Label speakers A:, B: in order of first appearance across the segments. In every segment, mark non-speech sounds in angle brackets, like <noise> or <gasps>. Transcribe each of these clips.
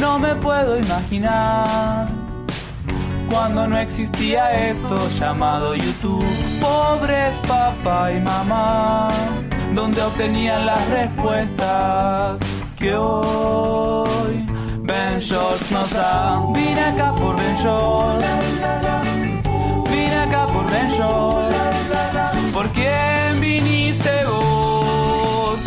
A: No me puedo imaginar cuando no existía esto llamado YouTube. Pobres papá y mamá, donde obtenían las respuestas que hoy Ben Shorts nos da. Vine acá por Ben Shorts, vine acá por Ben Shorts. ¿Por quién viniste vos?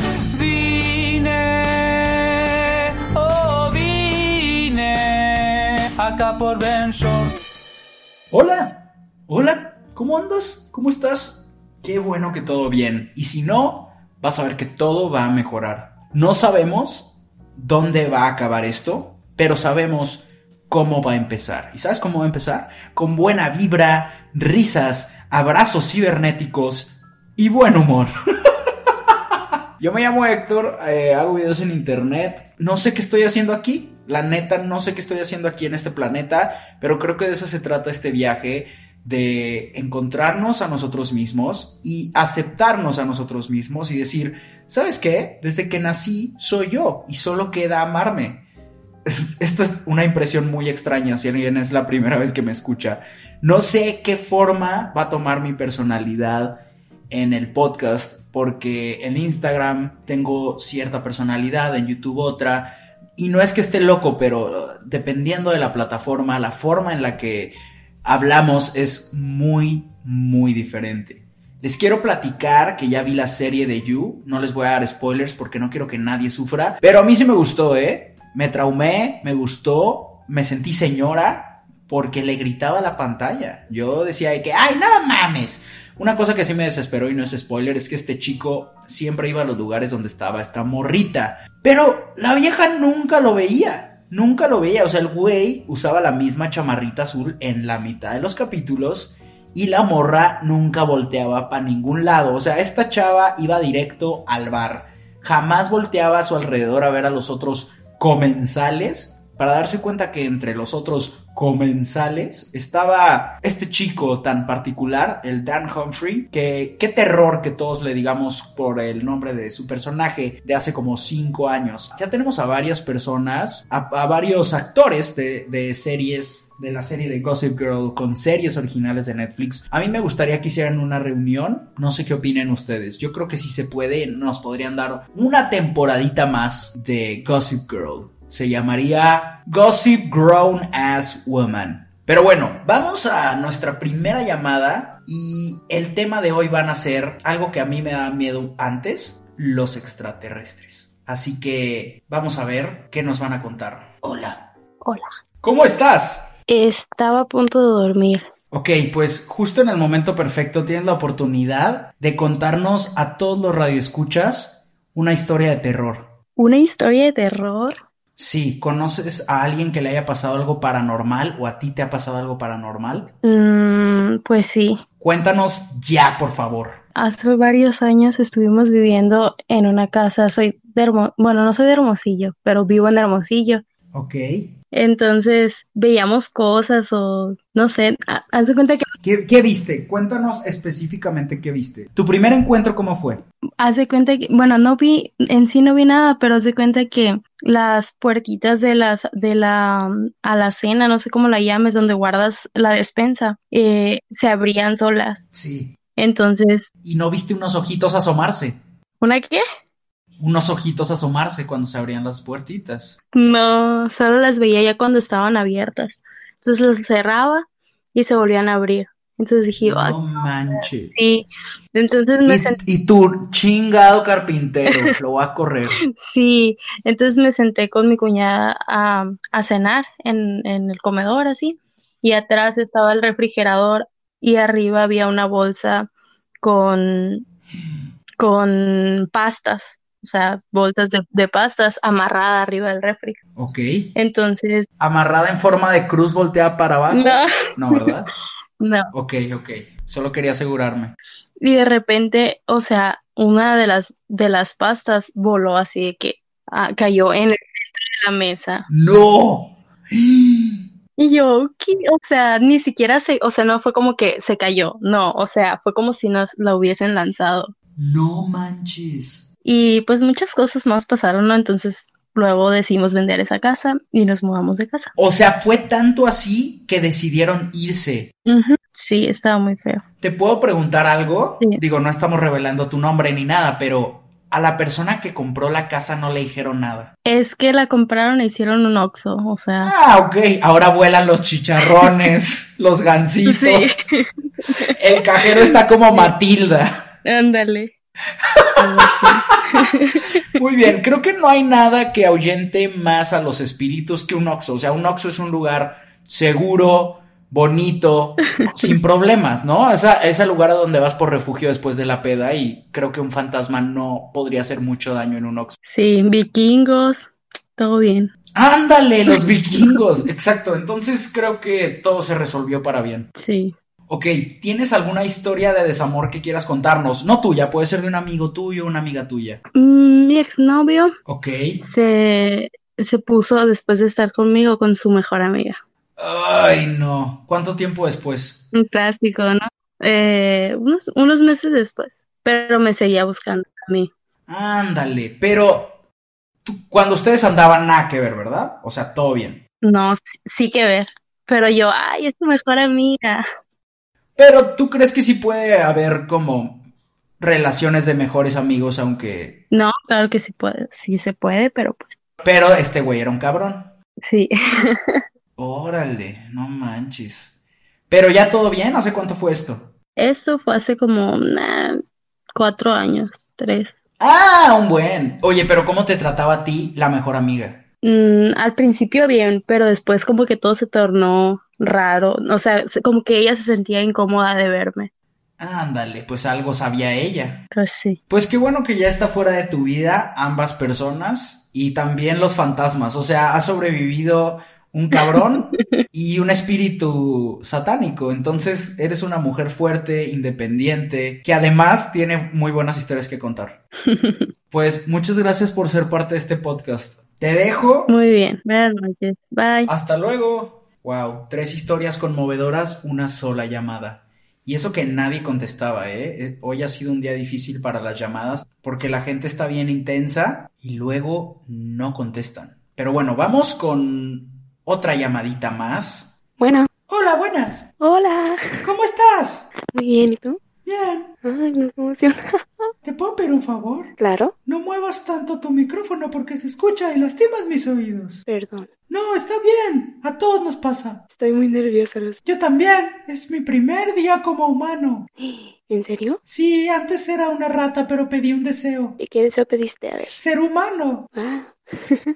A: Vine, oh vine acá por Ben Shorts.
B: Hola, hola, ¿cómo andas? ¿Cómo estás? Qué bueno que todo bien. Y si no, vas a ver que todo va a mejorar. No sabemos dónde va a acabar esto, pero sabemos cómo va a empezar. ¿Y sabes cómo va a empezar? Con buena vibra, risas, abrazos cibernéticos y buen humor. Yo me llamo Héctor, eh, hago videos en internet. No sé qué estoy haciendo aquí. La neta, no sé qué estoy haciendo aquí en este planeta, pero creo que de eso se trata este viaje, de encontrarnos a nosotros mismos y aceptarnos a nosotros mismos y decir, ¿sabes qué? Desde que nací soy yo y solo queda amarme. Esta es una impresión muy extraña si alguien es la primera vez que me escucha. No sé qué forma va a tomar mi personalidad en el podcast, porque en Instagram tengo cierta personalidad, en YouTube otra, y no es que esté loco, pero eh, dependiendo de la plataforma, la forma en la que hablamos es muy, muy diferente. Les quiero platicar que ya vi la serie de You, no les voy a dar spoilers porque no quiero que nadie sufra, pero a mí sí me gustó, ¿eh? Me traumé, me gustó, me sentí señora porque le gritaba a la pantalla. Yo decía de que, ay, no mames, una cosa que sí me desesperó y no es spoiler es que este chico siempre iba a los lugares donde estaba esta morrita. Pero la vieja nunca lo veía. Nunca lo veía. O sea, el güey usaba la misma chamarrita azul en la mitad de los capítulos y la morra nunca volteaba para ningún lado. O sea, esta chava iba directo al bar. Jamás volteaba a su alrededor a ver a los otros comensales para darse cuenta que entre los otros comensales estaba este chico tan particular, el Dan Humphrey, que qué terror que todos le digamos por el nombre de su personaje de hace como cinco años. Ya tenemos a varias personas, a, a varios actores de, de series, de la serie de Gossip Girl con series originales de Netflix. A mí me gustaría que hicieran una reunión, no sé qué opinen ustedes. Yo creo que si se puede, nos podrían dar una temporadita más de Gossip Girl se llamaría Gossip Grown Ass Woman. Pero bueno, vamos a nuestra primera llamada y el tema de hoy van a ser algo que a mí me da miedo antes, los extraterrestres. Así que vamos a ver qué nos van a contar. Hola.
C: Hola.
B: ¿Cómo estás?
C: Estaba a punto de dormir.
B: Ok, pues justo en el momento perfecto tienes la oportunidad de contarnos a todos los radioescuchas una historia de terror.
C: ¿Una historia de terror?
B: Sí, ¿conoces a alguien que le haya pasado algo paranormal o a ti te ha pasado algo paranormal?
C: Mm, pues sí.
B: Cuéntanos ya, por favor.
C: Hace varios años estuvimos viviendo en una casa. Soy de Hermo- bueno, no soy de Hermosillo, pero vivo en Hermosillo.
B: Ok.
C: Entonces veíamos cosas o no sé. ha- Haz de cuenta que
B: ¿Qué, qué viste? Cuéntanos específicamente qué viste. ¿Tu primer encuentro cómo fue?
C: Haz de cuenta que, bueno, no vi, en sí no vi nada, pero haz de cuenta que las puertitas de las, de la mm, alacena, no sé cómo la llames, donde guardas la despensa, eh, se abrían solas.
B: Sí.
C: Entonces,
B: ¿Y no viste unos ojitos asomarse?
C: ¿una qué?
B: Unos ojitos asomarse cuando se abrían las puertitas.
C: No, solo las veía ya cuando estaban abiertas. Entonces las cerraba y se volvían a abrir. Entonces dije, "Ah,
B: No manches.
C: sí. Entonces me senté,
B: Y, y tú, chingado carpintero, <laughs> lo voy a correr.
C: sí, entonces me senté con mi cuñada a, a cenar en, en el comedor así. Y atrás estaba el refrigerador y arriba había una bolsa con, con pastas. o sea, bolsas de, de pastas amarrada arriba del refri.
B: Ok.
C: Entonces,
B: ¿Amarrada en forma de cruz volteada para abajo?
C: no, <laughs>
B: No, ¿verdad?
C: no.
B: <laughs> ok, ok. Solo quería asegurarme.
C: Y de repente, o sea, una de las, de las pastas voló así de que ah, cayó en el centro de la mesa.
B: ¡No! <gasps>
C: Y yo, ¿qué? O sea, ni siquiera se, o sea, no fue como que se cayó, no, o sea, fue como si nos la hubiesen lanzado.
B: ¡No manches!
C: Y pues muchas cosas más pasaron, ¿no? Entonces luego decidimos vender esa casa y nos mudamos de casa.
B: O sea, fue tanto así que decidieron irse.
C: Ujú. Sí, estaba muy feo.
B: ¿Te puedo preguntar algo?
C: Sí.
B: Digo, no estamos revelando tu nombre ni nada, pero a la persona que compró la casa no le dijeron nada.
C: Es que la compraron e hicieron un oxo, o sea,
B: Ah, ok. Ahora vuelan los chicharrones, <laughs> los gansitos.
C: sí, <laughs>
B: El cajero está <laughs> como Matilda.
C: ándale. Algo así.
B: Muy bien, creo que no hay nada que ahuyente más a los espíritus que un Oxxo. O sea, un Oxxo es un lugar seguro, <laughs> bonito, sin problemas, ¿no? Esa- Es el lugar a donde vas por refugio después de la peda y creo que un fantasma no podría hacer mucho daño en un Oxxo.
C: Sí, vikingos, todo bien.
B: Ándale, los <laughs> vikingos. Exacto, entonces creo que todo se resolvió para bien.
C: Sí.
B: Ok, ¿tienes alguna historia de desamor que quieras contarnos? No tuya, puede ser de un amigo tuyo, una amiga tuya.
C: Mm, Mi exnovio
B: Ok.
C: se, se puso después de estar conmigo con su mejor amiga.
B: Ay, no. ¿Cuánto tiempo después?
C: Un clásico, ¿no? Eh, unos, unos meses después, pero me seguía buscando a mí.
B: Ándale, pero tú- cuando ustedes andaban nada que ver, ¿verdad? O sea, todo bien.
C: No, sí, sí que ver, pero yo, ay, es tu mejor amiga.
B: Pero tú crees que sí puede haber como relaciones de mejores amigos, aunque...
C: No, claro que sí puede, sí se puede, pero pues
B: Pero este güey era un cabrón.
C: sí. <laughs>
B: Órale, no manches. Pero ya todo bien, ¿hace cuánto fue esto?
C: Eso fue hace como nah, cuatro años, tres.
B: Ah, un buen. Oye, pero ¿cómo te trataba a ti la mejor amiga?
C: Mm, al principio bien, pero después como que todo se tornó raro, o sea, se- como que ella se sentía incómoda de verme.
B: Ándale, pues algo sabía ella.
C: Pues sí,
B: Pues qué bueno que ya está fuera de tu vida ambas personas y también los fantasmas. O sea, ha sobrevivido un cabrón y un espíritu satánico. Entonces eres una mujer fuerte, independiente, que además tiene muy buenas historias que contar. Pues muchas gracias por ser parte de este podcast. Te dejo.
C: muy bien. Buenas noches, bye.
B: Hasta luego. Wow, tres historias conmovedoras, una sola llamada. Y eso que nadie contestaba, ¿eh? Eh, Hoy ha sido un día difícil para las llamadas porque la gente está bien intensa y luego no contestan. Pero bueno, vamos con otra llamadita más.
D: Bueno,
B: Hola, buenas.
D: hola.
B: ¿Cómo estás?
D: Muy bien, ¿y tú?
B: Bien.
D: Ay, no, qué emoción.
B: ¿Te puedo pedir un favor?
D: Claro,
B: No muevas tanto tu micrófono porque se escucha y lastimas mis oídos.
D: perdón.
B: No, está bien. A todos nos pasa.
D: Estoy muy nerviosa. Los...
B: Yo también. Es mi primer día como humano.
D: ¿En serio?
B: Sí, antes era una rata, pero pedí un deseo.
D: ¿Y qué deseo pediste? A ver.
B: Ser humano.
D: Ah,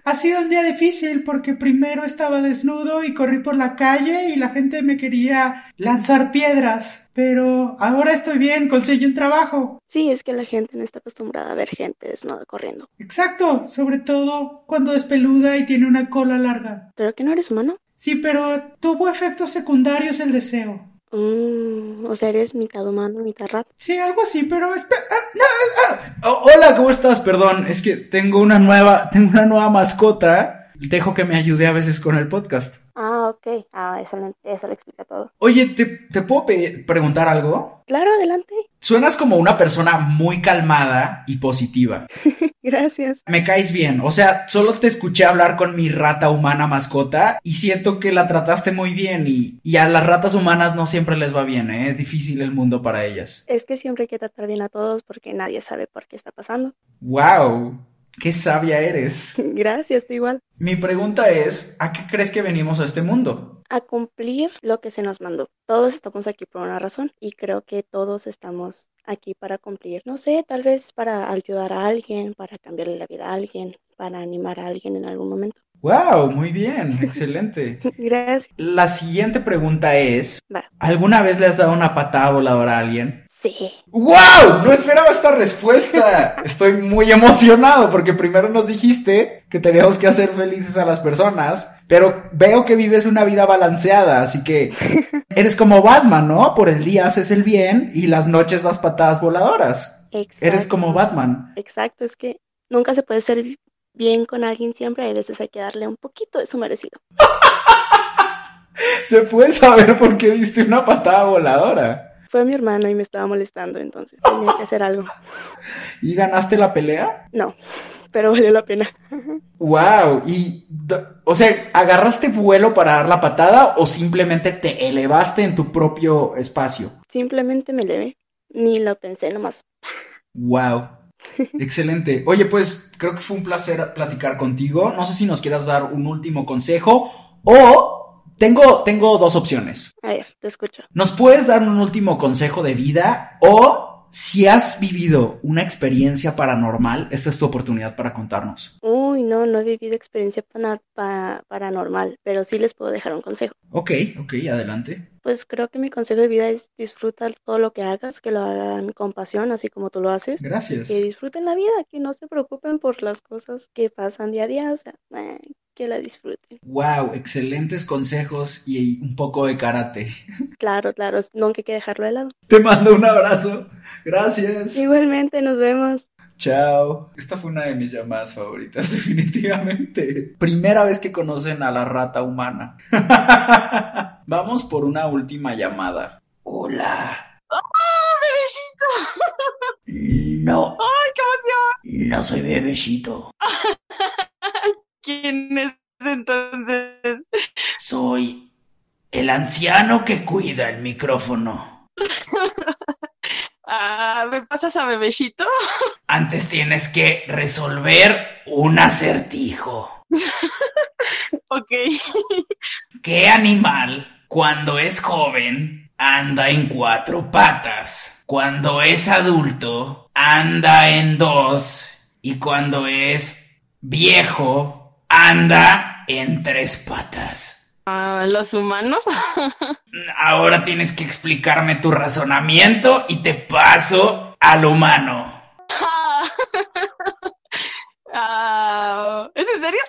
B: Ha sido un día difícil porque primero estaba desnudo y corrí por la calle y la gente me quería lanzar piedras. Pero ahora estoy bien, conseguí un trabajo.
D: sí, es que la gente no está acostumbrada a ver gente desnuda corriendo.
B: Exacto, sobre todo cuando es peluda y tiene una cola larga.
D: ¿Pero que no eres humano?
B: Sí, pero tuvo efectos secundarios el deseo.
D: Mm, o sea, eres mitad humano, mitad rata.
B: Sí, algo así, pero espe- ah, no, ah, ah. Oh, hola, ¿cómo estás? Perdón, es que tengo una nueva, tengo una nueva mascota. Dejo que me ayude a veces con el podcast.
D: Ah, ok. Ah, eso lo, eso lo explica todo.
B: Oye, ¿te, te puedo pe- preguntar algo?
D: Claro, adelante.
B: Suenas como una persona muy calmada y positiva.
D: <laughs> Gracias.
B: Me caes bien, o sea, solo te escuché hablar con mi rata humana mascota y siento que la trataste muy bien y, y a las ratas humanas no siempre les va bien, ¿eh? es difícil el mundo para ellas.
D: Es que siempre hay que tratar bien a todos porque nadie sabe por qué está pasando.
B: ¡Wow! ¡Qué sabia eres!
D: <laughs> Gracias, tú igual.
B: Mi pregunta es, ¿a qué crees que venimos a este mundo?
D: a cumplir lo que se nos mandó. Todos estamos aquí por una razón y creo que todos estamos aquí para cumplir, no sé, tal vez para ayudar a alguien, para cambiarle la vida a alguien, para animar a alguien en algún momento.
B: ¡Wow! Muy bien, excelente.
D: <laughs> Gracias.
B: La siguiente pregunta es,
D: Va.
B: ¿alguna vez le has dado una patada voladora a alguien?
D: Sí.
B: ¡Wow! No esperaba esta respuesta. Estoy muy emocionado porque primero nos dijiste que tenemos que hacer felices a las personas, pero veo que vives una vida balanceada, así que eres como Batman, ¿no? Por el día haces el bien y las noches las patadas voladoras.
D: Exacto.
B: Eres como Batman.
D: Exacto, es que nunca se puede ser bien con alguien siempre, a veces hay que darle un poquito de su merecido.
B: ¿Se puede saber por qué diste una patada voladora?
D: Fue mi hermano y me estaba molestando, entonces tenía que hacer algo.
B: ¿Y ganaste la pelea?
D: No, pero valió la pena.
B: ¡Wow! Y, d- o sea, ¿agarraste vuelo para dar la patada o simplemente te elevaste en tu propio espacio?
D: Simplemente me levé, ni lo pensé nomás.
B: Wow. Excelente. Oye, pues creo que fue un placer platicar contigo. No sé si nos quieras dar un último consejo o tengo, tengo dos opciones.
D: A ver, te escucho.
B: ¿Nos puedes dar un último consejo de vida o si has vivido una experiencia paranormal, esta es tu oportunidad para contarnos?
D: Uy, no, no he vivido experiencia pana- pa- paranormal, pero sí les puedo dejar un consejo.
B: Ok, ok, adelante.
D: Pues creo que mi consejo de vida es disfruta todo lo que hagas, que lo hagan con pasión, así como tú lo haces.
B: Gracias.
D: Que disfruten la vida, que no se preocupen por las cosas que pasan día a día, o sea, eh, que la disfruten.
B: Wow, excelentes consejos y un poco de karate. <laughs>
D: Claro, claro, nunca hay que dejarlo de lado.
B: Te mando un abrazo. Gracias.
D: Igualmente, nos vemos.
B: Chao. Esta fue una de mis llamadas favoritas, <laughs> definitivamente. Primera vez que conocen a la rata humana. <laughs> Vamos por una última llamada. Hola.
E: ¡Ah, bebecito!
B: <laughs> No,
E: ¡Ay, qué emoción!
B: no soy bebecito.
E: ¿Quién es entonces?
B: Soy el anciano que cuida el micrófono.
E: Ah, ¿Me pasas a bebecito?
B: Antes tienes que resolver un acertijo.
E: Ok.
B: ¿Qué animal, cuando es joven, anda en cuatro patas? Cuando es adulto, anda en dos. Y cuando es viejo, anda en tres patas.
E: Ah, ¿Los humanos? <laughs>
B: Ahora tienes que explicarme tu razonamiento y te paso al humano.
E: Ah, ¿Es en serio?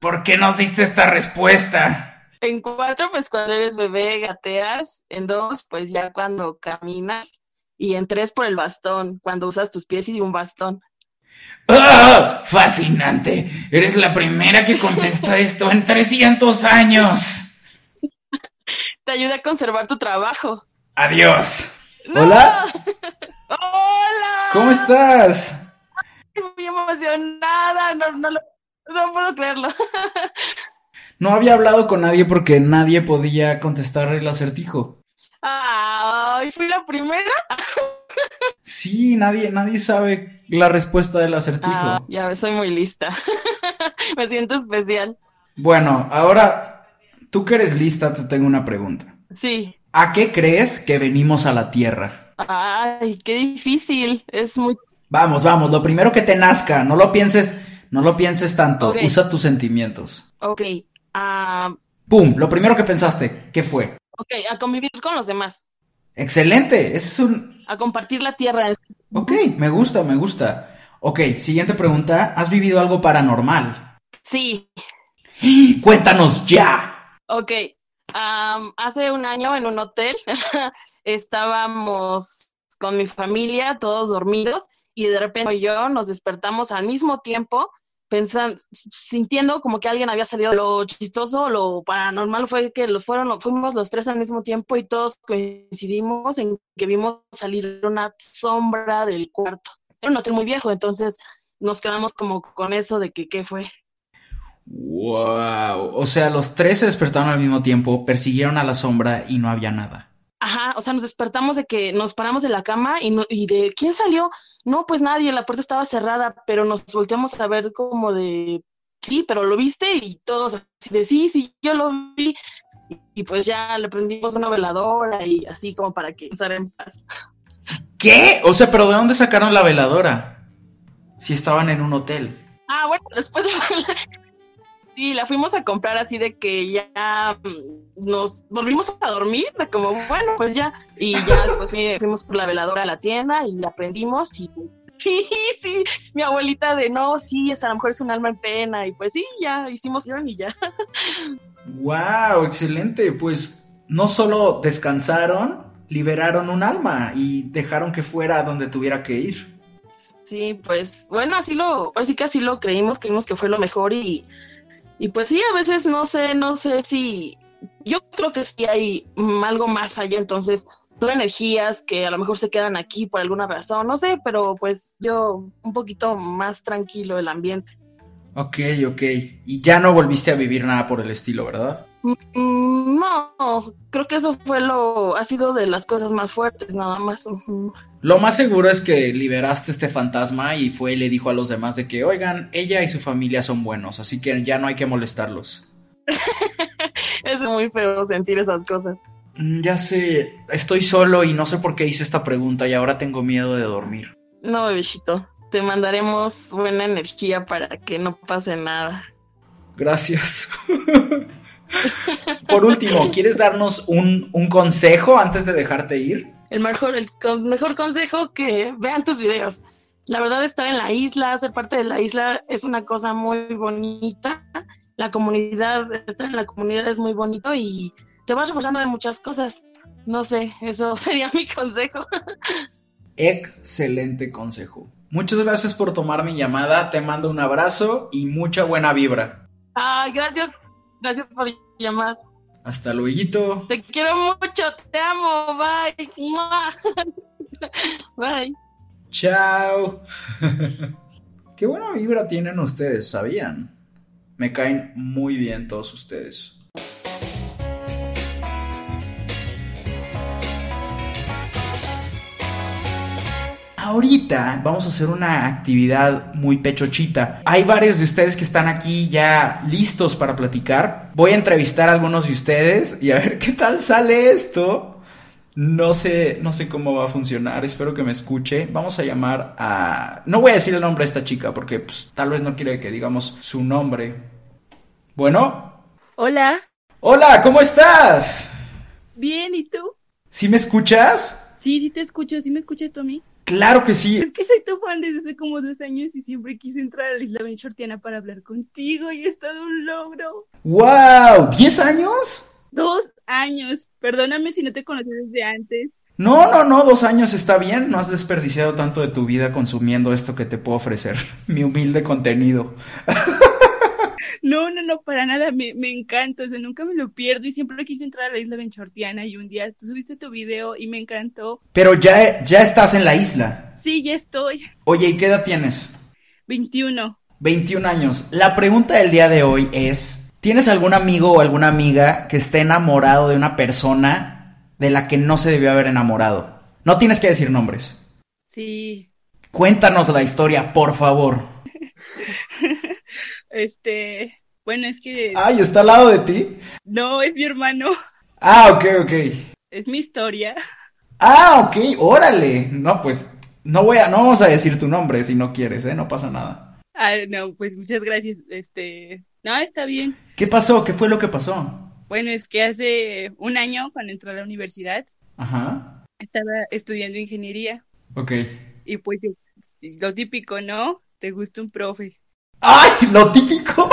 B: ¿Por qué nos diste esta respuesta?
E: En cuatro, pues cuando eres bebé gateas. En dos, pues ya cuando caminas. Y en tres, por el bastón, cuando usas tus pies y un bastón.
B: ¡Ah! Fascinante. Eres la primera que
E: <laughs>
B: contesta esto en 300 años.
E: Te ayuda a conservar tu trabajo.
B: Adiós.
E: ¡No!
B: Hola.
E: <laughs> ¡Hola!
B: ¿Cómo estás?
E: Estoy muy emocionada. No, no, lo- no puedo creerlo.
B: No había hablado con nadie porque nadie podía contestar el acertijo.
E: Ay, fui la primera.
B: Sí, nadie, nadie sabe la respuesta del acertijo.
E: Ah, ya ves, soy muy lista. <laughs> Me siento especial.
B: Bueno, ahora, tú que eres lista, te tengo una pregunta.
E: Sí.
B: ¿A qué crees que venimos a la Tierra?
E: Ay, qué difícil. Es muy.
B: Vamos, vamos, lo primero que te nazca, no lo pienses, no lo pienses tanto,
E: Ok.
B: usa tus sentimientos.
E: Ok. Ah,
B: ¡Pum! Lo primero que pensaste, ¿qué fue?
E: ok, a convivir con los demás.
B: Excelente, ese es un,
E: A compartir la tierra.
B: Ok, me gusta, me gusta. Ok, siguiente pregunta. ¿Has vivido algo paranormal?
E: Sí.
B: Cuéntanos ya.
E: Ok. Am, hace un año en un hotel <laughs> estábamos con mi familia, todos dormidos, y de repente yo nos despertamos al mismo tiempo, pensando, sintiendo como que alguien había salido. Lo chistoso, lo paranormal fue que lo fueron, fuimos los tres al mismo tiempo y todos coincidimos en que vimos salir una sombra del cuarto. Era un hotel muy viejo, entonces nos quedamos como con eso de que qué fue.
B: Wow. O sea, los tres se despertaron al mismo tiempo, persiguieron a la sombra y no había nada.
E: Ajá, o sea, nos despertamos de que nos paramos de la cama y, no- y de ¿quién salió? No, pues nadie, la puerta estaba cerrada, pero nos volteamos a ver como de sí, pero lo viste y todos así de sí, sí, yo lo vi. Y, y pues ya le prendimos una veladora y así como para que estar en paz.
B: ¿Qué? O sea, pero ¿de dónde sacaron la veladora? Si estaban en un hotel.
E: <laughs> Ah, bueno, después de- Sí, la fuimos a comprar así de que ya mm, nos volvimos a dormir, de como, bueno, pues ya. Y ya después fui- fuimos por la veladora a la tienda y la prendimos y <laughs> sí, sí, mi abuelita de no, sí, esa a lo mejor es un alma en pena. Y pues sí, ya hicimos guión y ya.
B: ¡Wow! Excelente. Pues no solo descansaron, liberaron un alma y dejaron que fuera a donde tuviera que ir.
E: Sí, pues bueno, así lo, ahora sí que así lo creímos, creímos que fue lo mejor y, y pues sí, a veces no sé, no sé si, yo creo que sí hay mm, algo más allá, entonces son energías que a lo mejor se quedan aquí por alguna razón, no sé, pero pues yo un poquito más tranquilo el ambiente.
B: Ok, ok. Y ya no volviste a vivir nada por el estilo, ¿verdad?
E: Mm, No, creo que eso fue lo, ha sido de las cosas más fuertes, nada más. <laughs> ujú.
B: Lo más seguro es que liberaste este fantasma y fue y le dijo a los demás de que, oigan, ella y su familia son buenos, así que ya no hay que molestarlos.
E: Es muy feo sentir esas cosas.
B: Mm, Ya sé, estoy solo y no sé por qué hice esta pregunta y ahora tengo miedo de dormir.
E: No, bebecito. Te mandaremos buena energía para que no pase nada.
B: Gracias. <laughs> Por último, ¿quieres darnos un, un consejo antes de dejarte ir?
E: El mejor, el con- mejor consejo que vean tus videos. La verdad, estar en la isla, ser parte de la isla es una cosa muy bonita. La comunidad, estar en la comunidad es muy bonito y te vas reforzando de muchas cosas. No sé, eso <laughs> sería mi consejo.
B: Excelente consejo. Muchas gracias por tomar mi llamada, te mando un abrazo y mucha buena vibra.
E: Ay, gracias. Gracias por llamar.
B: Hasta luego.
E: Te quiero mucho, te amo. Bye. Mua. <laughs> Bye.
B: Chao. <laughs> Qué buena vibra tienen ustedes, ¿sabían? Me caen muy bien todos ustedes. Ahorita vamos a hacer una actividad muy pechochita. Hay varios de ustedes que están aquí ya listos para platicar. Voy a entrevistar a algunos de ustedes y a ver qué tal sale esto. No sé, no sé cómo va a funcionar, espero que me escuche. Vamos a llamar a... No voy a decir el nombre de esta chica porque pues, tal vez no quiere que digamos su nombre. Bueno.
F: Hola,
B: Hola, ¿cómo estás?
F: bien, ¿y tú?
B: ¿Sí me escuchas?
F: Sí, sí te escucho, ¿sí me escuchas tú a mí?
B: Claro que sí.
F: Es que soy tu fan desde hace como dos años y siempre quise entrar a la isla Benchortiana para hablar contigo y es todo un logro.
B: ¡Wow! ¿10 años?
F: Dos años, perdóname si no te conocí desde antes.
B: No, no, no, dos años está bien. No has desperdiciado tanto de tu vida consumiendo esto que te puedo ofrecer. <laughs> Mi humilde contenido.
F: No, no, no, para nada, me, me encanta, o sea, nunca me lo pierdo y siempre quise entrar a la isla Benchortiana y un día tú subiste tu video y me encantó.
B: Pero ya, ya estás en la isla.
F: Sí, ya estoy, <laughs>
B: Oye, ¿y qué edad tienes?
F: 21.
B: 21 años. La pregunta del día de hoy es, ¿tienes algún amigo o alguna amiga que esté enamorado de una persona de la que no se debió haber enamorado? No tienes que decir nombres.
F: Sí,
B: Cuéntanos la historia, por favor.
F: este, bueno, es que
B: Ay, ¿está al lado de ti?
F: no, es mi hermano, <laughs>
B: Ah, ok, ok.
F: es mi historia. <laughs>
B: Ah, ok, órale. No, pues, no voy a, no vamos a decir tu nombre si no quieres, ¿eh? No pasa nada.
F: Ah, no, pues muchas gracias. Este, no, está bien.
B: ¿Qué pasó? ¿Qué fue lo que pasó?
F: Bueno, es que hace un año, cuando entré a la universidad,
B: Ajá.
F: estaba estudiando ingeniería
B: Ok.
F: y pues yo- lo típico, ¿no? Te gusta un profe.
B: ¡Ay! ¡Lo típico!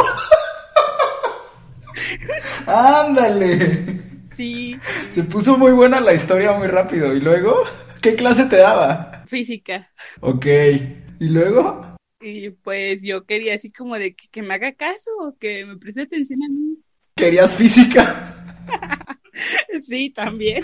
B: ¡Ándale!
F: Sí,
B: Se puso muy buena la historia muy rápido. ¿Y luego? ¿Qué clase te daba?
F: física.
B: Ok. ¿Y luego?
F: Y pues yo quería así como de que, que me haga caso, o que me preste atención a mí. <laughs>
B: ¿Querías física?
F: Sí, también.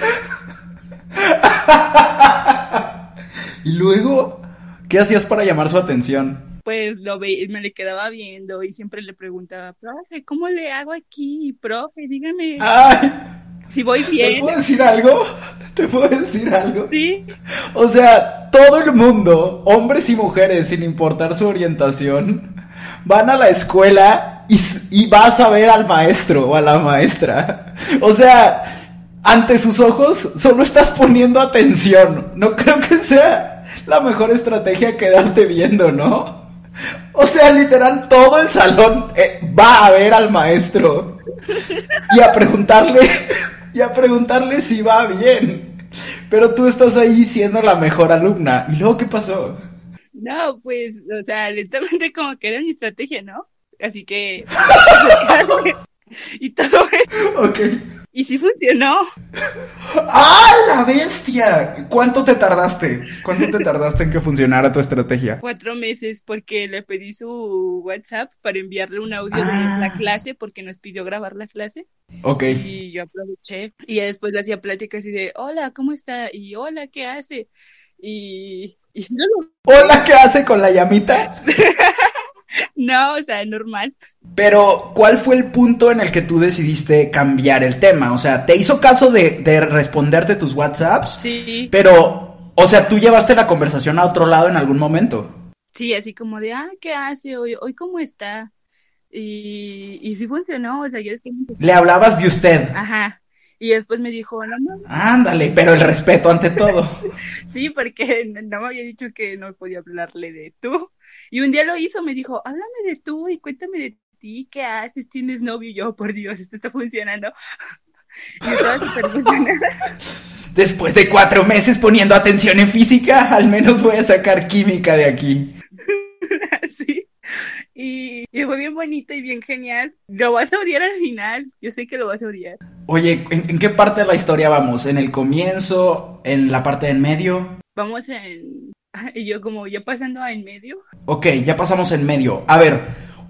B: ¿Y luego? ¿Qué hacías para llamar su atención?
F: Pues lo ve, me le quedaba viendo y siempre le preguntaba, profe, ¿cómo le hago aquí? Profe, dígame
B: Ah, ¡Ay!
F: si voy
B: ¿Te
F: bien.
B: puedo decir algo? ¿Te puedo decir algo?
F: Sí,
B: O sea, todo el mundo, hombres y mujeres, sin importar su orientación, van a la escuela y, s- y vas a ver al maestro o a la maestra. O sea, ante sus ojos solo estás poniendo atención. No creo que sea la mejor estrategia quedarte viendo, ¿no? O sea, literal, todo el salón eh, va a ver al maestro y a preguntarle, y a preguntarle si va bien. Pero tú estás ahí siendo la mejor alumna. ¿Y luego qué pasó?
F: No, pues, o sea, lentamente como que era mi estrategia, ¿no? Así que... <laughs> y todo eso.
B: Ok.
F: Y sí funcionó.
B: ¡Ah, la bestia! ¿Cuánto te tardaste? ¿Cuánto te tardaste en que funcionara tu estrategia?
F: Cuatro meses porque le pedí su WhatsApp para enviarle un audio
B: Ah.
F: de la clase porque nos pidió grabar la clase.
B: Ok.
F: Y yo aproveché. Y ya después le hacía pláticas y de, hola, ¿cómo está? Y hola, ¿qué hace? Y... <laughs> y sí lo logré.
B: Hola, ¿qué hace con la llamita?
F: no, o sea, normal.
B: Pero, ¿cuál fue el punto en el que tú decidiste cambiar el tema? O sea, ¿te hizo caso de, de responderte tus WhatsApps?
F: Sí.
B: Pero, o sea, ¿tú llevaste la conversación a otro lado en algún momento?
F: Sí, así como de, ah, ¿qué hace hoy? ¿Hoy cómo está? Y, y sí funcionó, o sea, yo después,
B: Le hablabas de usted.
F: ajá. Y después me dijo, no, no,
B: Ándale, pero el respeto ante todo.
F: sí, porque <laughs> no no me había dicho que no podía hablarle de tú. Y un día lo hizo, me dijo, háblame de tú y cuéntame de ti, ¿qué haces? ¿Tienes novio? Y yo, por Dios, esto está funcionando. <laughs> Y estaba súper emocionada.
B: Después de cuatro meses poniendo atención en física, al menos voy a sacar química de aquí.
F: <laughs> Sí. Y, y fue bien bonito y bien genial. Lo vas a odiar al final. Yo sé que lo vas a odiar.
B: Oye, ¿en, en qué parte de la historia vamos? ¿En el comienzo? ¿En la parte de en medio?
F: Vamos en... <laughs> Y yo como ya pasando a en medio.
B: Ok, ya pasamos en medio. A ver,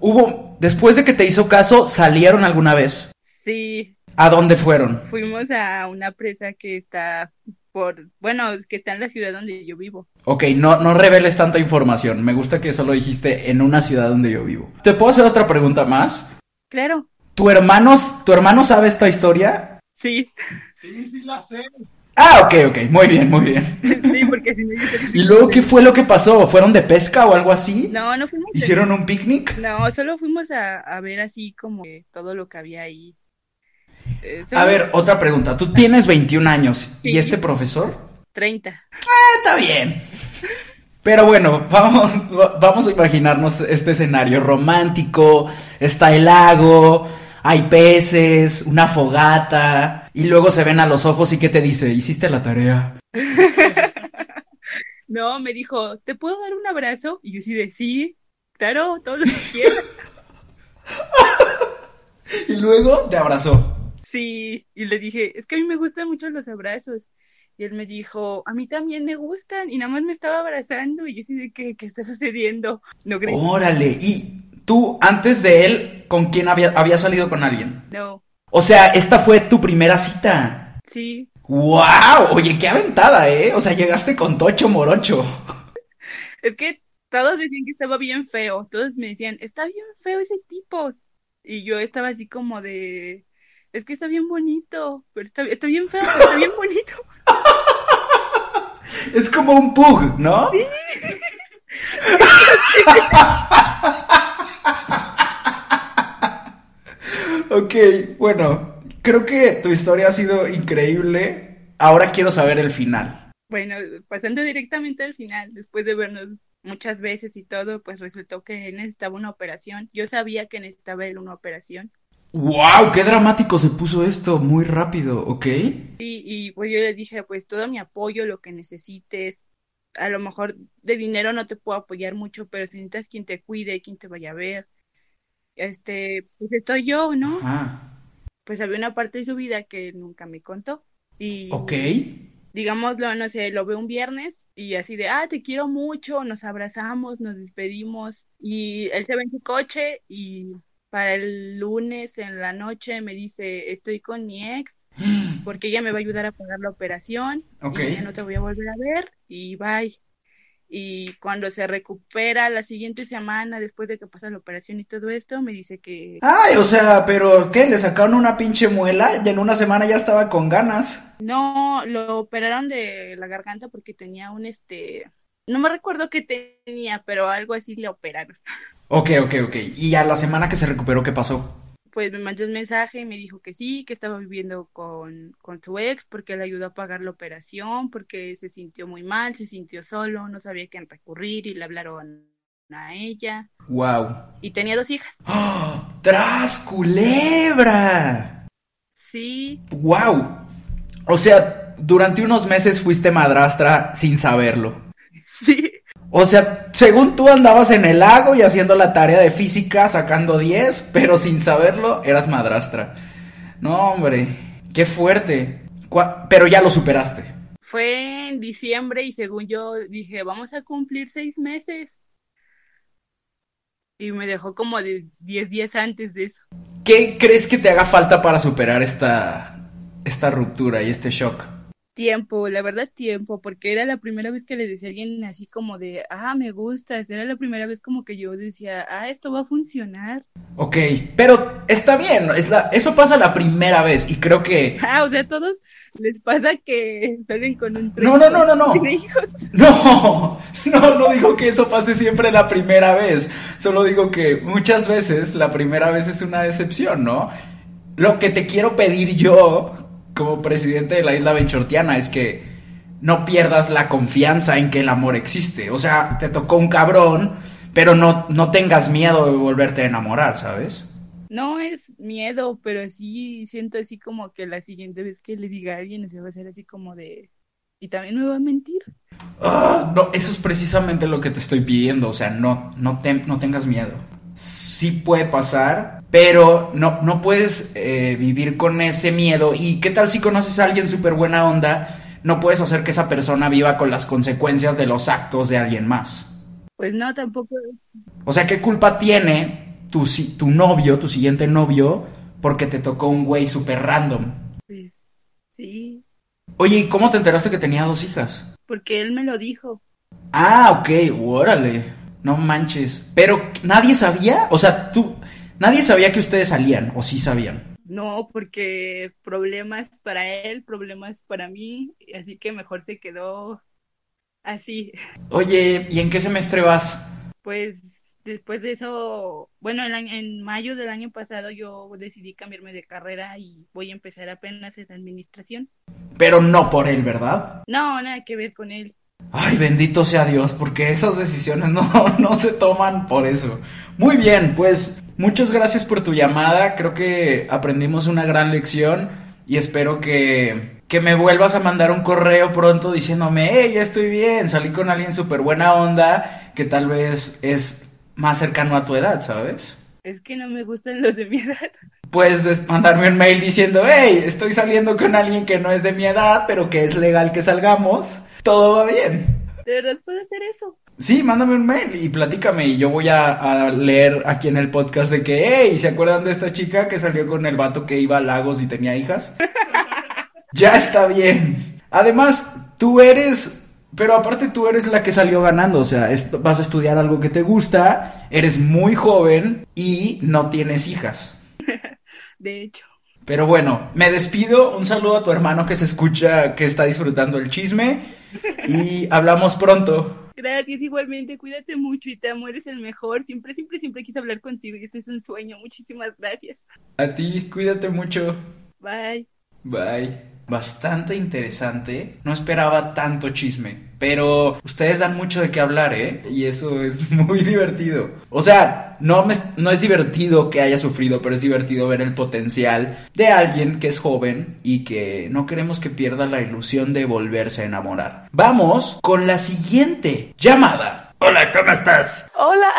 B: hubo. Después de que te hizo caso, ¿salieron alguna vez?
F: Sí,
B: ¿A dónde fueron?
F: fuimos a una presa que está por, bueno, es que está en la ciudad donde yo vivo.
B: Ok, no, no reveles tanta información. Me gusta que eso lo dijiste en una ciudad donde yo vivo. ¿Te puedo hacer otra pregunta más?
F: Claro,
B: ¿Tu hermano, tu hermano sabe esta historia?
F: sí, <laughs>
B: Ah, ok, ok, muy bien, muy bien.
F: sí, porque si no yo creo que-
B: ¿Y luego qué fue lo que pasó? ¿Fueron de pesca o algo así?
F: No, no fuimos. a-
B: ¿Hicieron un picnic?
F: No, solo fuimos a, a ver así como que todo lo que había ahí. Eh,
B: A
F: somos
B: ver, otra pregunta. Tú tienes 21 años y
F: Sí.
B: este profesor Eh,
F: 30.
B: Está bien. Pero bueno, vamos, va- vamos a imaginarnos este escenario romántico. Está el lago, hay peces, una fogata. Y luego se ven a los ojos y ¿qué te dice? ¿Hiciste la tarea?
F: No, me dijo, ¿te puedo dar un abrazo? Y yo sí de sí, claro, todo lo que quieras.
B: Y luego te abrazó.
F: Sí, y le dije, es que a mí me gustan mucho los abrazos. Y él me dijo, a mí también me gustan. Y nada más me estaba abrazando. Y yo así de, ¿qué, qué está sucediendo? No creí.
B: Órale. ¿Y tú antes de él, con quién había, había salido con alguien?
F: No,
B: O sea, esta fue tu primera cita.
F: sí.
B: ¡Wow! Oye, qué aventada, ¿eh? O sea, llegaste con Tocho Morocho.
F: Es que todos decían que estaba bien feo. Todos me decían, está bien feo ese tipo. Y yo estaba así como de, es que está bien bonito. Pero está, está bien feo, pero está bien bonito.
B: Es como un pug, ¿no? ok, bueno, creo que tu historia ha sido increíble. Ahora quiero saber el final.
F: Bueno, pasando directamente al final, después de vernos muchas veces y todo, pues resultó que él necesitaba una operación. Yo sabía que necesitaba él una operación.
B: ¡Wow! ¡Qué dramático se puso esto! Muy rápido, ¿ok?
F: Sí, y pues yo le dije, pues todo mi apoyo, lo que necesites, a lo mejor de dinero no te puedo apoyar mucho, pero si necesitas quien te cuide, quien te vaya a ver, este, pues estoy yo, ¿no?
B: Ah,
F: Pues había una parte de su vida que nunca me contó. Y
B: ok. <gasps>
F: digámoslo, no sé, lo veo un viernes y así de, ah, te quiero mucho, nos abrazamos, nos despedimos y él se va en su coche y para el lunes en la noche me dice, estoy con mi ex porque ella me va a ayudar a pagar la operación
B: Ok.
F: y ya no te voy a volver a ver y bye. Y cuando se recupera la siguiente semana después de que pasa la operación y todo esto, me dice que
B: Ay, o sea, pero ¿qué? ¿Le sacaron una pinche muela? Y en una semana ya estaba con ganas.
F: No, lo operaron de la garganta porque tenía un este, no me recuerdo qué tenía, pero algo así le operaron.
B: Ok, ok, ok. Y a la semana que se recuperó, ¿qué pasó?
F: Pues me mandó un mensaje y me dijo que sí, que estaba viviendo con, con su ex porque le ayudó a pagar la operación, porque se sintió muy mal, se sintió solo, no sabía a quién recurrir y le hablaron a ella.
B: Wow.
F: y tenía dos hijas.
B: ¡Ah! <gasps> ¡Tras culebra!
F: Sí, <laughs>
B: ¡Wow! O sea, durante unos meses fuiste madrastra sin saberlo.
F: sí,
B: O sea, según tú andabas en el lago y haciendo la tarea de física, sacando 10, pero sin saberlo eras madrastra. No, hombre, qué fuerte. Cua- Pero ya lo superaste.
F: fue en diciembre y según yo dije, vamos a cumplir seis meses. Y me dejó como de 10 días antes de eso.
B: ¿Qué crees que te haga falta para superar esta, esta ruptura y este shock?
F: Tiempo, la verdad tiempo, porque era la primera vez que le decía a alguien así como de, ah, me gustas, era la primera vez como que yo decía, ah, esto va a funcionar. <laughs>
B: Ok, pero está bien, es la- eso pasa la primera vez y creo que...
F: Ah, o sea, a todos les pasa que salen con un
B: No, no, no, no, no.
F: Tiene hijos.
B: <laughs> No, no, no digo que eso pase siempre la primera vez, solo digo que muchas veces la primera vez es una decepción, ¿no? Lo que te quiero pedir yo, como presidente de la isla Benchortiana, es que no pierdas la confianza en que el amor existe. O sea, te tocó un cabrón, pero no, no tengas miedo de volverte a enamorar, ¿sabes?
F: No es miedo, pero sí siento así como que la siguiente vez que le diga a alguien se va a hacer así como de... Y también me va a mentir.
B: Ah, no, eso es precisamente lo que te estoy pidiendo. O sea, no, no, te- no tengas miedo. Sí puede pasar, pero no, no puedes eh, vivir con ese miedo. ¿Y qué tal si conoces a alguien súper buena onda? No puedes hacer que esa persona viva con las consecuencias de los actos de alguien más.
F: Pues no, tampoco.
B: O sea, ¿qué culpa tiene tu, si- tu novio, tu siguiente novio, porque te tocó un güey súper random?
F: Pues sí,
B: Oye, ¿y cómo te enteraste que tenía dos hijas?
F: porque él me lo dijo.
B: Ah, ok, órale. No manches. Pero nadie sabía, o sea, tú, nadie sabía que ustedes salían, o sí sabían.
F: No, porque problemas para él, problemas para mí, así que mejor se quedó así.
B: Oye, ¿y en qué semestre vas?
F: Pues después de eso, bueno, el año- en mayo del año pasado yo decidí cambiarme de carrera y voy a empezar apenas en administración.
B: Pero no por él, ¿verdad?
F: No, nada que ver con él.
B: Ay, bendito sea Dios, porque esas decisiones <laughs> no, no se toman por eso. Muy bien, pues muchas gracias por tu llamada. Creo que aprendimos una gran lección y espero que, que me vuelvas a mandar un correo pronto diciéndome, hey, ya estoy bien, salí con alguien súper buena onda que tal vez es más cercano a tu edad, ¿sabes?
F: Es que no me gustan los de mi edad. <laughs>
B: Puedes des- mandarme un mail diciendo, hey, estoy saliendo con alguien que no es de mi edad, pero que es legal que salgamos. Todo va bien.
F: ¿De verdad puedo hacer eso?
B: Sí, mándame un mail y platícame y yo voy a, a leer aquí en el podcast de que, hey, ¿se acuerdan de esta chica que salió con el vato que iba a lagos y tenía hijas? ya está bien. Además, tú eres, pero aparte tú eres la que salió ganando, o sea, est- vas a estudiar algo que te gusta, eres muy joven y no tienes hijas.
F: De hecho,
B: Pero bueno, me despido, un saludo a tu hermano que se escucha, que está disfrutando el chisme y hablamos pronto.
F: gracias igualmente, cuídate mucho y te amo, eres el mejor. Siempre, siempre, siempre quise hablar contigo y este es un sueño. Muchísimas gracias.
B: A ti, cuídate mucho.
F: Bye.
B: Bye. Bastante interesante. No esperaba tanto chisme. Pero ustedes dan mucho de qué hablar, ¿eh? Y eso es <laughs> muy divertido. O sea, no, me- no es divertido que haya sufrido, pero es divertido ver el potencial de alguien que es joven y que no queremos que pierda la ilusión de volverse a enamorar. Vamos con la siguiente llamada.
G: Hola, ¿cómo estás?
D: Hola.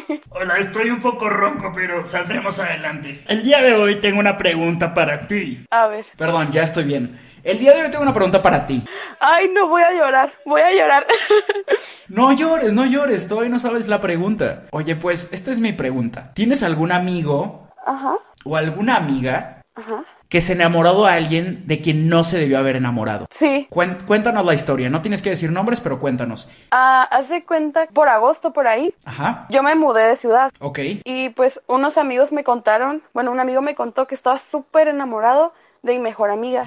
D: <laughs>
G: Hola, estoy un poco ronco, pero saldremos adelante. El día de hoy tengo una pregunta para ti.
D: A ver.
B: Perdón, ya estoy bien. El día de hoy tengo una pregunta para ti.
D: Ay, no voy a llorar. Voy a llorar. <laughs>
B: No llores, no llores, todavía no sabes la pregunta. Oye, pues esta es mi pregunta. ¿Tienes algún amigo
D: Ajá.
B: o alguna amiga
D: Ajá.
B: que se enamoró de alguien de quien no se debió haber enamorado?
D: Sí.
B: Cuen- Cuéntanos la historia, no tienes que decir nombres, pero cuéntanos.
D: Ah, haz de cuenta, por agosto, por ahí,
B: Ajá,
D: yo me mudé de ciudad.
B: ok.
D: Y pues unos amigos me contaron, bueno, un amigo me contó que estaba súper enamorado de mi mejor amiga.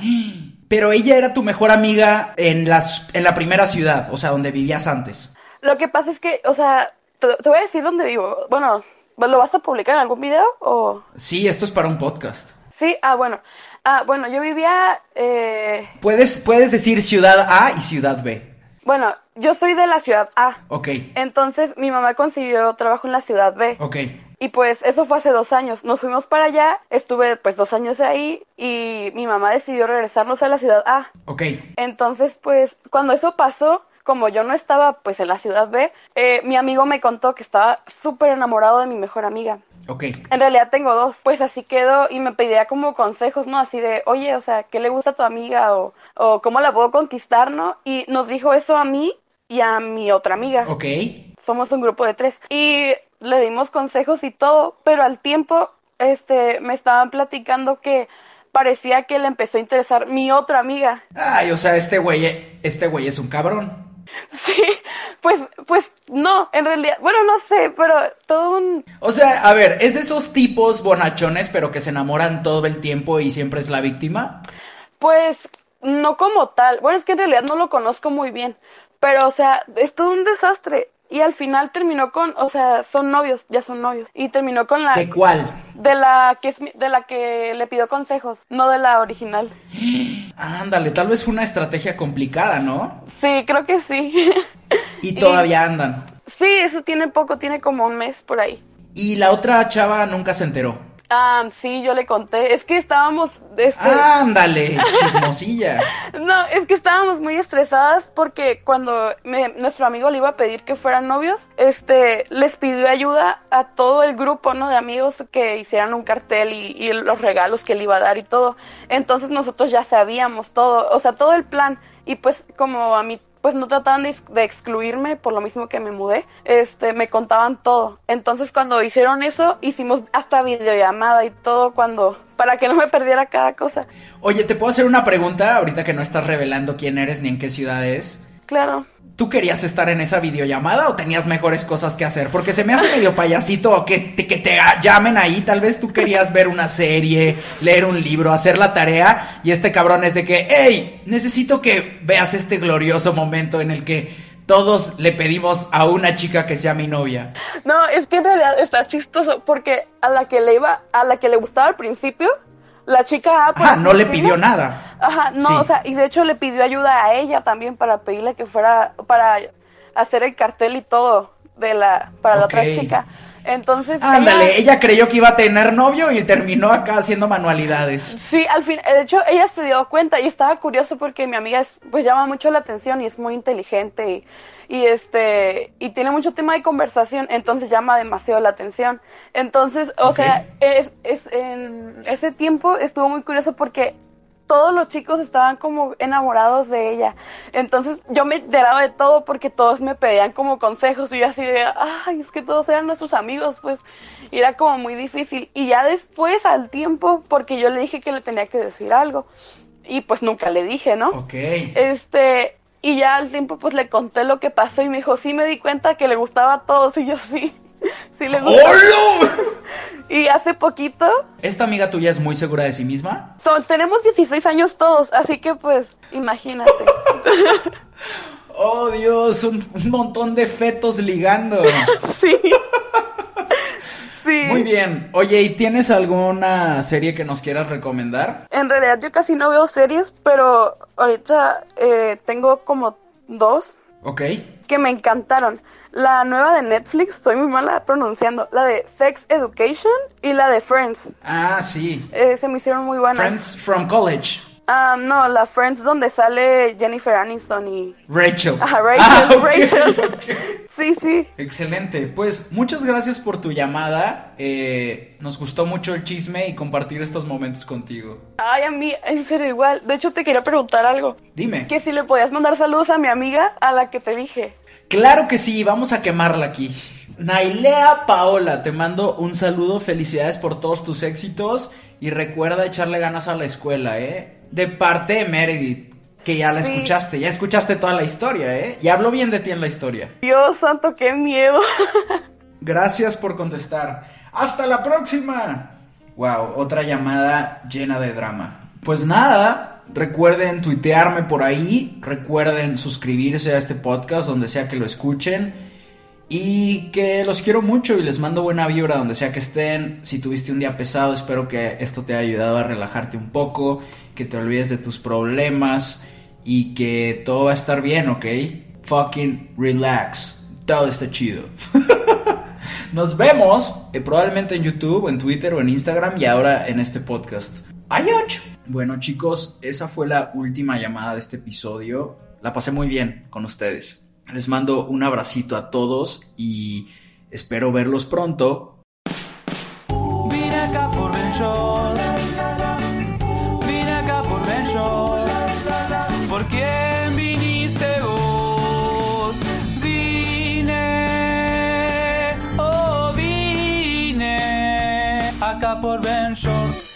B: Pero ella era tu mejor amiga en, las, en la primera ciudad, o sea, donde vivías antes.
D: Lo que pasa es que, o sea, te, te voy a decir dónde vivo. Bueno, ¿lo vas a publicar en algún video o...?
B: Sí, esto es para un podcast.
D: Sí, ah, bueno. Ah, bueno, yo vivía... Eh,
B: Puedes, puedes decir ciudad A y ciudad B.
H: Bueno, yo soy de la ciudad A.
B: Ok,
H: Entonces mi mamá consiguió trabajo en la ciudad B.
B: ok.
H: Y pues eso fue hace dos años. Nos fuimos para allá, estuve pues dos años ahí y mi mamá decidió regresarnos a la ciudad A.
B: Ok,
H: Entonces pues cuando eso pasó, como yo no estaba pues en la ciudad B, eh, mi amigo me contó que estaba súper enamorado de mi mejor amiga.
B: ok.
H: En realidad tengo dos. Pues así quedó y me pedía como consejos, ¿no? Así de, oye, o sea, ¿qué le gusta a tu amiga? O, o ¿cómo la puedo conquistar, no? Y nos dijo eso a mí y a mi otra amiga.
B: Ok,
H: Somos un grupo de tres. Y le dimos consejos y todo, pero al tiempo, este, me estaban platicando que parecía que le empezó a interesar mi otra amiga. <laughs>
B: Ay, o sea, este güey, este güey es un cabrón.
H: Sí, pues, pues no, en realidad, bueno, no sé, pero todo un
B: O sea, a ver, ¿es de esos tipos bonachones pero que se enamoran todo el tiempo y siempre es la víctima?
H: Pues no como tal. Bueno, es que en realidad no lo conozco muy bien. Pero, o sea, es todo un desastre. Y al final terminó con, o sea, son novios, ya son novios. Y terminó con la
B: ¿De cuál?
H: de la que es mi- de la que le pidió consejos, no de la original.
B: Ándale, tal vez fue una estrategia complicada, ¿no?
H: Sí, creo que sí. <laughs>
B: Y todavía andan.
H: sí, eso tiene poco, tiene como un mes por ahí.
B: Y la otra chava nunca se enteró.
H: Ah, sí, yo le conté. Es que estábamos, este,
B: Ah, Ándale, chismosilla.
H: No, es que estábamos muy estresadas porque cuando me- nuestro amigo le iba a pedir que fueran novios, este, les pidió ayuda a todo el grupo, ¿no? De amigos que hicieran un cartel y, y los regalos que le iba a dar y todo. Entonces nosotros ya sabíamos todo, o sea, todo el plan. Y pues como a mí, pues no trataban de, ex- de excluirme por lo mismo que me mudé, este, me contaban todo. Entonces cuando hicieron eso, hicimos hasta videollamada y todo cuando, para que no me perdiera cada cosa.
B: Oye, ¿te puedo hacer una pregunta ahorita que no estás revelando quién eres ni en qué ciudad es?
H: Claro.
B: ¿Tú querías estar en esa videollamada o tenías mejores cosas que hacer? Porque se me hace medio payasito que te, que te llamen ahí. Tal vez tú querías ver una serie, leer un libro, hacer la tarea. Y este cabrón es de que, hey, necesito que veas este glorioso momento en el que todos le pedimos a una chica que sea mi novia.
H: No, es que en realidad está chistoso porque a la que le iba, a la que le gustaba al principio, la chica A por
B: Ajá,
H: así
B: no le
H: decirlo,
B: pidió nada.
H: Ajá, pues, no,
B: Sí.
H: o sea, y de hecho le pidió ayuda a ella también para pedirle que fuera para hacer el cartel y todo de la para la
B: Ok.
H: otra chica. Entonces,
B: Ándale,
H: ella-
B: ella creyó que iba a tener novio y terminó acá haciendo manualidades.
H: Sí, al fin, de hecho ella se dio cuenta y estaba curiosa porque mi amiga es, pues llama mucho la atención y es muy inteligente y, y este y tiene mucho tema de conversación, entonces llama demasiado la atención. Entonces, o
B: Ok.
H: sea, es, es- en ese tiempo estuvo muy curioso porque todos los chicos estaban como enamorados de ella. Entonces yo me enteraba de todo porque todos me pedían como consejos y yo así de, ay, es que todos eran nuestros amigos, pues y era como muy difícil. Y ya después al tiempo, porque yo le dije que le tenía que decir algo y pues nunca le dije, ¿no?
B: Ok.
H: Este, y ya al tiempo pues le conté lo que pasó y me dijo, sí me di cuenta que le gustaba a todos y yo <laughs> sí, sí le gustaba.
B: ¡Hola!
H: Y hace poquito,
B: ¿Esta amiga tuya es muy segura de sí misma?
H: so- tenemos 16 años todos, así que pues imagínate.
B: Oh Dios, un, un montón de fetos
H: <laughs>
B: ligando.
H: sí. sí.
B: Muy bien. Oye, ¿y tienes alguna serie que nos quieras recomendar?
H: En realidad yo casi no veo series, pero ahorita eh, tengo como dos
B: Ok.
H: que me encantaron. La nueva de Netflix, soy muy mala pronunciando, la de Sex Education y la de Friends.
B: Ah, sí.
H: Eh, se me hicieron muy buenas.
B: Friends from College.
H: Ah, no, la Friends donde sale Jennifer Aniston y...
B: Rachel.
H: Ajá, Rachel,
B: Ah, <laughs> ok,
H: <laughs> Rachel.
B: ok.
H: Sí, sí.
B: Excelente, pues muchas gracias por tu llamada. Eh, nos gustó mucho el chisme y compartir estos momentos contigo.
H: Ay, a mí, en serio, igual. De hecho, te quería preguntar algo.
B: Dime.
H: Que si le podías mandar saludos a mi amiga, a la que te dije.
B: Claro que sí, vamos a quemarla aquí. Nailea Paola, te mando un saludo, felicidades por todos tus éxitos y recuerda echarle ganas a la escuela, ¿eh? De parte de Meredith, que ya la
H: Sí.
B: escuchaste, ya escuchaste toda la historia, ¿eh? Y hablo bien de ti en la historia.
H: Dios santo, qué miedo.
B: Gracias por contestar. Hasta la próxima. Wow, otra llamada llena de drama. Pues nada, recuerden tuitearme por ahí, recuerden suscribirse a este podcast donde sea que lo escuchen y que los quiero mucho y les mando buena vibra donde sea que estén. Si tuviste un día pesado, espero que esto te haya ayudado a relajarte un poco, que te olvides de tus problemas y que todo va a estar bien, ¿ok? fucking relax. Todo está chido. Nos vemos eh, probablemente en YouTube, en Twitter o en Instagram y ahora en este podcast. ¡Ayoch! Bueno chicos, esa fue la última llamada de este episodio. La pasé muy bien con ustedes. Les mando un abracito a todos y espero verlos pronto
A: Vine acá por Ben Shorts. Vine acá por Ben Shorts. ¿Por quién viniste vos? Vine, oh vine acá por Ben Shorts.